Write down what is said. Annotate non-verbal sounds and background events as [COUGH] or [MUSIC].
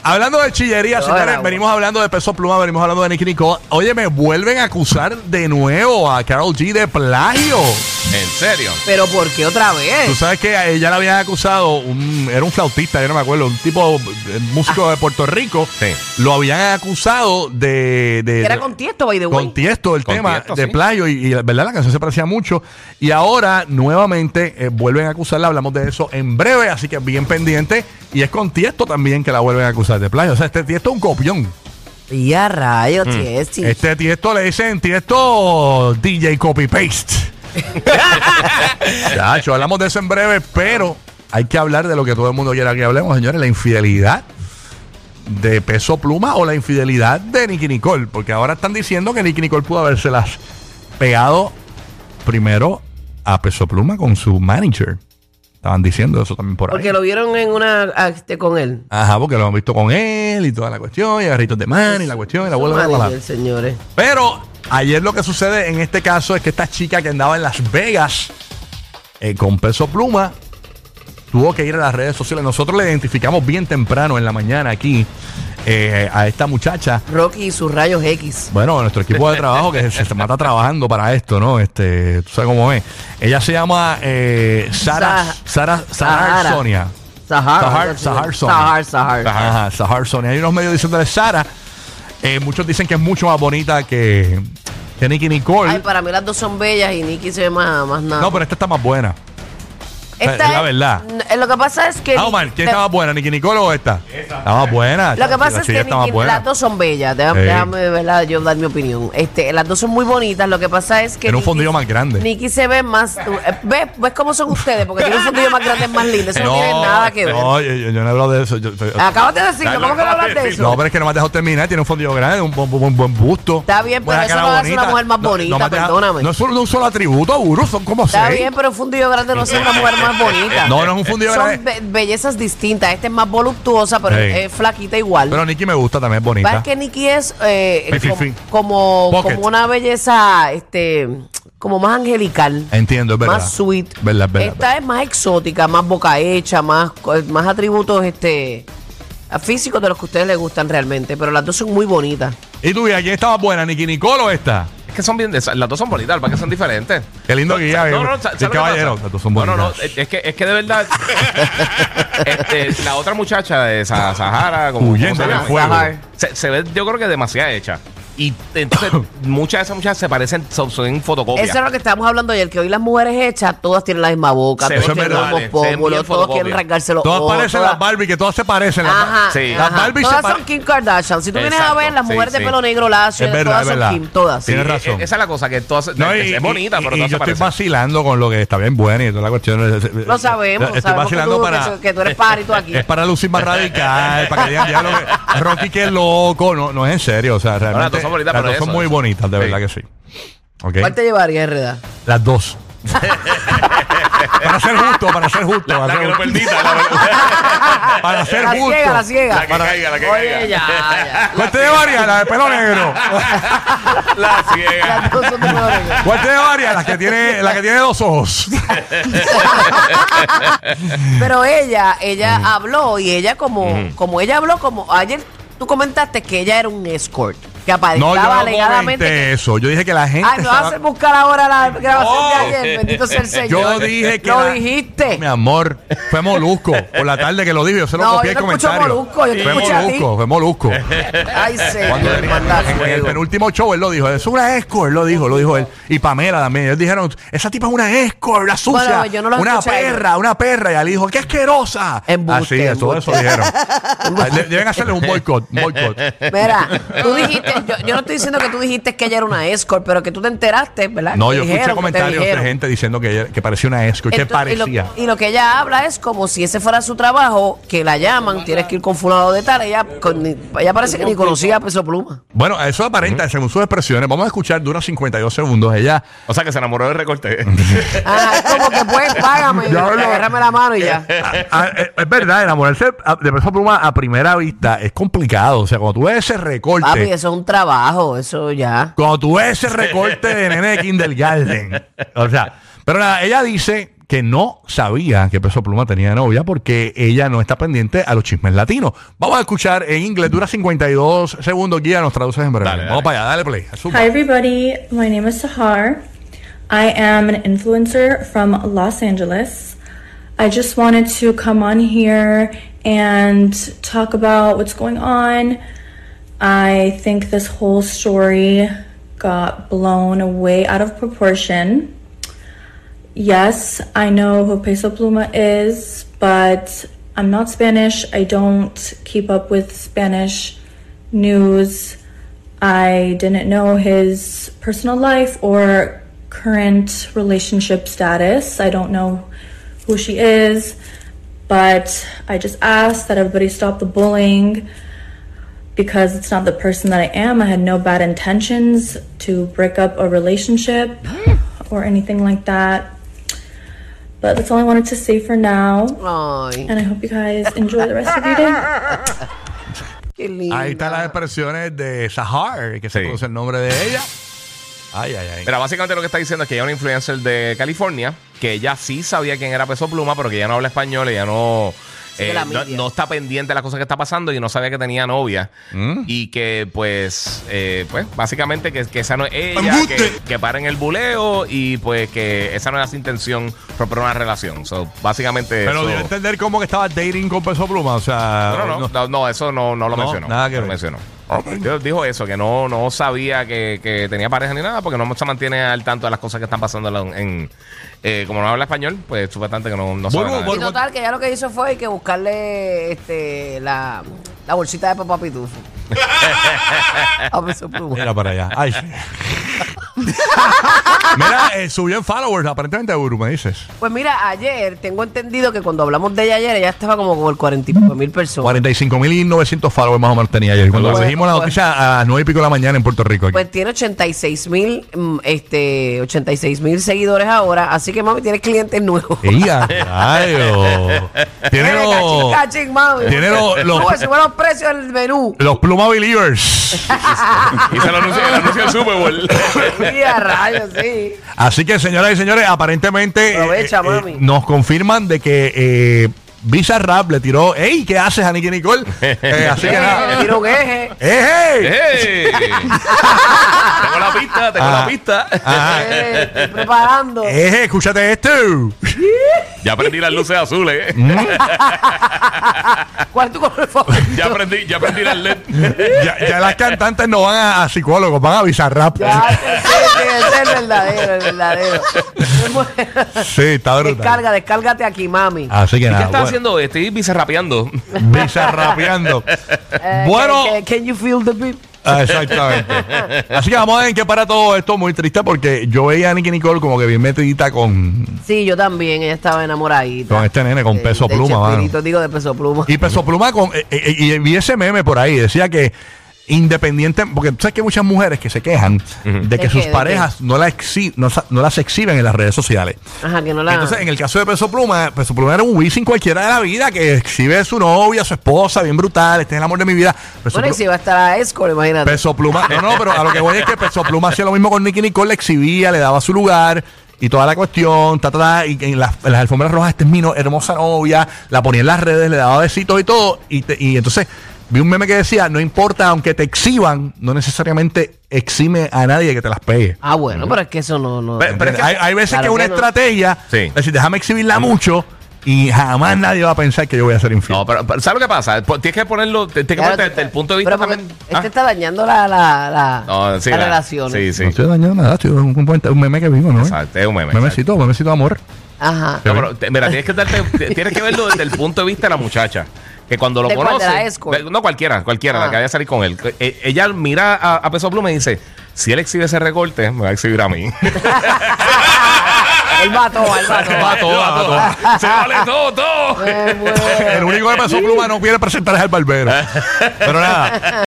Hablando de chillería, señores, agua. venimos hablando de peso pluma, venimos hablando de Nicky Nicole. Oye, me vuelven a acusar de nuevo a Carol G de plagio. En serio. Pero ¿por qué otra Tú vez? sabes que a ella la habían acusado, un- era un flautista, yo no me acuerdo, un tipo, eh, Ah. músico de Puerto Rico. Sí. Lo habían acusado de. de- Era con tiesto, by the way. con tiesto el Con tema Tiesto, de sí. playo y, y la verdad la canción se parecía mucho y ahora nuevamente eh, vuelven a acusarla hablamos de eso en breve así que bien pendiente y es con tiesto también que la vuelven a acusar de playo o sea este tiesto es un copión Y a rayos, Tiesti. este tiesto le dicen tiesto DJ copy [LAUGHS] paste Chacho, hablamos de eso en breve pero hay que hablar de lo que todo el mundo quiere que hablemos señores la infidelidad de peso pluma o la infidelidad de Nicky Nicole, porque ahora están diciendo que Nicky Nicole pudo habérselas pegado primero a peso pluma con su manager. Estaban diciendo eso también por ahí. Porque lo vieron en una ah, este, con él. Ajá, porque lo han visto con él y toda la cuestión, y agarritos de mano y la cuestión y la vuelta. bla, bla, bla. Manager, señores. Pero ayer lo que sucede en este caso es que esta chica que andaba en Las Vegas eh, con peso pluma tuvo que ir a las redes sociales. Nosotros le identificamos bien temprano en la mañana aquí eh, a esta muchacha. Rocky y sus rayos X. Bueno, nuestro equipo de trabajo que se, se mata trabajando para esto, ¿no? Este, tú sabes cómo es. Ella se llama eh, Sara, Sara, Sara Sahara. Sonia. Sahar. Sahar- algo así. Sahar Sony. Sahar, Sahar. Ajá, Sahar Sony. Hay unos medios diciéndole Sara. Eh, muchos dicen que es mucho más bonita que, que Nicki Nicole. Ay, para mí las dos son bellas y Nicki se ve más, más nada. no, pero esta está más buena. es la verdad. n- eh, Lo que pasa es que. Ah, Omar, ¿quién la- está más buena? ¿Nicki Nicole o esta? Está más buena. Lo que La pasa es chilla que está más Nicki- buena. las dos son bellas. Déjame, Ey. déjame, ¿verdad? yo dar mi opinión. Este, las dos son muy bonitas. Lo que pasa es que. Tiene un Nicki- fondillo más grande. Nicki se ve más. tú- eh, ¿Ves, ¿Ves cómo son ustedes? Porque tiene un fondillo más grande, es más lindo. Eso no, tiene nada que ver. No, yo, yo- yo no hablo de eso. Yo- yo- Acabas de decirlo. Dale, ¿Cómo que no acabas de hablas de eso? No, pero es que no me has dejado terminar. Tiene un fondillo grande, un buen, buen, buen busto. Está bien, buena pero eso cara no hace una bonita. mujer más bonita, me has dejado- perdóname. No es solo de un solo atributo, Buru, son como Está seis. bien, pero un fundido grande no es una mujer más bonita. No, no es un fundido Son grande. be- bellezas distintas. Esta es más voluptuosa, pero Sí. es flaquita igual. Pero Nicki me gusta también, es Pasa bonita. es que Nikki es eh, Fifi, com- fi. como, Pocket. como una belleza este como más angelical. Entiendo, es verdad. Más sweet. Verdad, es verdad, Esta es más exótica, más boca hecha, más, co- más atributos este físicos de los que a ustedes les gustan realmente. Pero las dos son muy bonitas. ¿Y tú, Vida, quién está más buena, Nicki Nicole o esta? Es que son bien. Las dos son bonitas, para que son diferentes. Qué lindo guía, No, eh. no, no, sa- Sí, ¿sabes lo que caballero, pasa? las dos son No, eh, no, no, bonitas. es es que, es que de verdad. [LAUGHS] este, la otra muchacha de Sa- Sahara, como. Huyendo ¿cómo se del llama? fuego. Sahar. Se, se ve, yo creo que demasiado hecha. Y [COUGHS] entonces, muchas de esas muchachas se parecen, son, son fotocopias. Eso es lo que estábamos hablando ayer, que hoy las mujeres hechas, todas tienen la misma boca, Se todas ven tienen los verdades, mismos se ven pómulos, bien todos quieren fotocopia. rasgarse los Todas ojos, parecen todas- las Barbie, que todas se parecen. las Ajá, Bar- Sí. Las ajá. Barbie se todas pare- son Kim Kardashian. Si tú vienes Exacto, a ver, las sí, mujeres sí. de pelo negro, lacio, Es verdad, todas es son verdad. Kim, todas. Tienes Sí, razón. e- Esa es la cosa, que todas. No, y- es bonita, y- pero y yo todas se estoy parecen. vacilando con lo que está bien buena y toda la cuestión. Lo sabemos, Estoy sabemos que vacilando tú, para. que, que tú eres parito aquí. [LAUGHS] Es para lucir más radical, para que digan diablo que Rocky que es loco. No, no es en serio. O sea, realmente. las dos son bonitas, las pero dos son eso, muy eso. bonitas, de Sí. verdad que sí. ¿Ok? ¿Cuál te llevaría, Herrera? Las dos. para ser justo, para ser justo. para La ser que lo justo. perdita, la- Para ser La justo. ciega, la ciega. la que caiga, la que caiga. Oye, ya, ya. ¿Cuál te llevaría? La de pelo negro. La ciega. Las dos son de pelo negro. ¿Cuál te llevaría? La que tiene, la que tiene dos ojos. Pero ella, Mm. ella habló y ella como, como ella habló, como ayer tú comentaste que ella era un escort, que No, aparentaba yo no alegadamente. comenté eso. Yo dije que la gente. Ay, no estaba- hacen buscar ahora la grabación No. de ayer, bendito sea el Señor. Oh. Yo dije que. Lo la- dijiste. Mi amor, fue Molusco. Por la tarde que lo dije, yo se lo No, copié yo el no escucho comentario. Molusco, yo te fue escuché a ti. Molusco, fue [LAUGHS] Molusco. Ay, Cuando señor, tenía- manda en, el fuego. penúltimo show él lo dijo, es una escort, lo dijo, lo dijo él. Y Pamela también. Ellos dijeron, esa tipa es una escort, la sucia. Bueno, yo no los una escuché a ellos. perra, una perra. Y él dijo, qué asquerosa. Embuste, Así, todo embuste. eso dijeron. [LAUGHS] Ah, de- Deben hacerle un boicot, un boicot. Mira, tú dijiste, yo, yo no estoy diciendo que tú dijiste que ella era una escort, pero que tú te enteraste, ¿verdad? No, Que yo escuché dijeron, que te comentarios de dijeron. gente diciendo que, ella- que parecía una escort, que Entonces, y lo- parecía. Y lo, que ella habla es como si ese fuera su trabajo, que la llaman, tienes que ir con fulano de tal. Ella, con- ni- ella parece que ni conocía a Peso Pluma. Bueno, eso aparenta, según sus expresiones, vamos a escuchar, dura 52 segundos. [LAUGHS] Ella O sea, que se enamoró [LAUGHS] del recorte. Ah, es como que pues págame, Ya hablo. agárrame la mano y [LAUGHS] ya. Ah, eh, es verdad, enamorarse a- de peso pluma a primera vista es complicado. O sea, cuando tú ves ese recorte, Papi, eso es un trabajo, eso ya. cuando tú ves ese recorte de nene de Kindergarten, o sea, pero nada, ella dice que no sabía que Peso Pluma tenía novia porque ella no está pendiente a los chismes latinos. Vamos a escuchar en inglés, dura 52 segundos, guía, nos traduces en breve. Dale, dale. Vamos para allá, dale play. Zumba. Hi, everybody. My name is Sahar. I am an influencer from Los Angeles. I just wanted to come on here and talk about what's going on. I think this whole story got blown way out of proportion. Yes, I know who Peso Pluma is, but I'm not Spanish. I don't keep up with Spanish news. I didn't know his personal life or current relationship status. I don't know who she is, but I just ask that everybody stop the bullying because it's not the person that I am. I had no bad intentions to break up a relationship or anything like that. But that's all I wanted to say for now. Ay, And I hope you guys enjoy the rest of your day. qué lindo. Ahí están las expresiones de Sahar, que se Sí. conoce el nombre de ella. Ay, ay, ay. Mira, básicamente lo que está diciendo es que ella es una influencer de California, que ella sí sabía quién era Peso Pluma, pero que ella no habla español, ella no, Sí, eh, la no, media. no está pendiente de las cosas que está pasando y no sabía que tenía novia. Y que pues, eh, pues básicamente que, que esa no es ella, que, que paren el buleo y pues que esa no era su intención romper una relación. So, básicamente Pero eso- dio a entender cómo que estaba dating con Peso Pluma, o sea... no, no, no, no, no, eso no, no lo No, mencionó. nada que no lo ver. mencionó. Dios Dijo eso, que no, no sabía que, que tenía pareja ni nada, porque no se mantiene al tanto de las cosas que están pasando en la- en... eh, como no habla español, pues supuestamente que no, no sabe Vuelvo, nada. Y total, que ya lo que hizo fue que buscarle este, la, la bolsita de papá pitufo. [LAUGHS] A Peso Pluma. Mira para allá. [LAUGHS] Ay, sí. Mira, eh, subió en followers, aparentemente, Uru, me dices. Pues mira, ayer tengo entendido que cuando hablamos de ella ayer, ella estaba como con el 45 mil personas. 45.900 followers más o menos tenía ayer. Cuando Bueno, dijimos la bueno. noticia a las 9 y pico de la mañana en Puerto Rico. aquí. Pues tiene 86 mil este, 86 mil seguidores ahora, así que mami tiene clientes nuevos. ¡Ea, [LAUGHS] rayo! Tiene Mira, los, cachín, cachín, mami. tiene los- los- Sube, sube los precios del menú. los Pluma Believers. Y se lo anunció, el anuncio del Super [LAUGHS] Bowl. Mira, rayos, sí. Así que, señoras y señores, aparentemente eh, Aprovecha, mami. nos confirman de que eh, Visa Rap le tiró ¡Ey, qué haces a Nicky [LAUGHS] Nicole! Eh, así que Eh, nada. Eh, le tiro un eje. ¡Ey, Eh. ey! ¡Ey! tengo la pista, tengo Ah. Eh. la pista. Ajá. Eh, estoy preparando. ¡Ey, escúchate esto! ya aprendí las luces azules, Mm. eh. ¿Cuál es tu color favorito? Ya aprendí, ya aprendí las Ah, LED. ya, ya las cantantes no van a, a psicólogos, van a Bizarrap. Ya, sí, sí, ese es el verdadero, el verdadero. Sí, está [LAUGHS] brutal. Ah, Descarga, descárgate aquí, mami. Así que ¿Y qué nada. estás haciendo? Estoy bizarrapeando. bueno, [LAUGHS] Bizarrapeando. Eh, bueno, can, can you feel the beat? ah, exactamente. Así que vamos a ver en qué para todo esto. Muy triste porque yo veía a Nicky Nicole como que bien metidita con, Sí, yo también, ella estaba enamoradita. con este nene, con De- peso de pluma, mano. Chespirito, digo de peso pluma. Y peso pluma con. eh, eh, y vi ese meme por ahí. Decía que independiente. Porque tú sabes que hay muchas mujeres que se quejan de que ¿De sus qué? ¿De parejas no, la exhi- no sa- no las exhiben en las redes sociales. Ajá, que no la. Entonces, en el caso de Peso Pluma, Peso Pluma era un Wisin cualquiera de la vida que exhibe a su novia, a su esposa, bien brutal, este es el amor de mi vida. Peso, bueno, y Plu- si va a estar a Escort, [LAUGHS] imagínate. Pues, Peso Pluma, no, no, pero a lo que voy es que Peso Pluma hacía lo mismo con Nicky Nicole, le exhibía, le daba su lugar y toda la cuestión, ta, ta, ta, y en las, en las alfombras rojas, este es mi no- hermosa novia, la ponía en las redes, le daba besitos y todo, y, te- y entonces vi un meme que decía, no importa, aunque te exhiban, no necesariamente exime a nadie que te las pegue. Ah, bueno, pero es que eso no. no Pero, pero es que hay, hay veces Claro que es una no. estrategia Sí. es decir, déjame exhibirla mucho y jamás nadie va a pensar que yo voy a ser infiel. No, pero, pero ¿sabes lo que pasa? Po- Tienes que ponerlo, te- tienes que Claro, ponerte desde el punto de vista pero porque también. Este Ah. está dañando la, la, la, No, sí, las la- relaciones. Sí, No sí. estoy dañando nada, estoy un, un, puente- un meme que vimos, ¿no? Exacto, este es un meme. exacto. Memecito, memecito de amor. [LAUGHS] Ajá. No, pero te- mira, tienes que, darte- te- tienes que verlo desde el punto de vista de la muchacha. Que cuando lo ¿De cuál? conoce. ¿De la escort? no, cualquiera, cualquiera, Ah. la que vaya a salir con él. Eh, ella mira a, a Peso Pluma y dice: Si él exhibe ese recorte, me va a exhibir a mí. Él va a todo, él va a [LAUGHS] todo. Va todo, va [LAUGHS] Se vale todo, todo. Eh, bueno. [LAUGHS] El único que pasó pluma no quiere presentar es al barbero. Pero nada.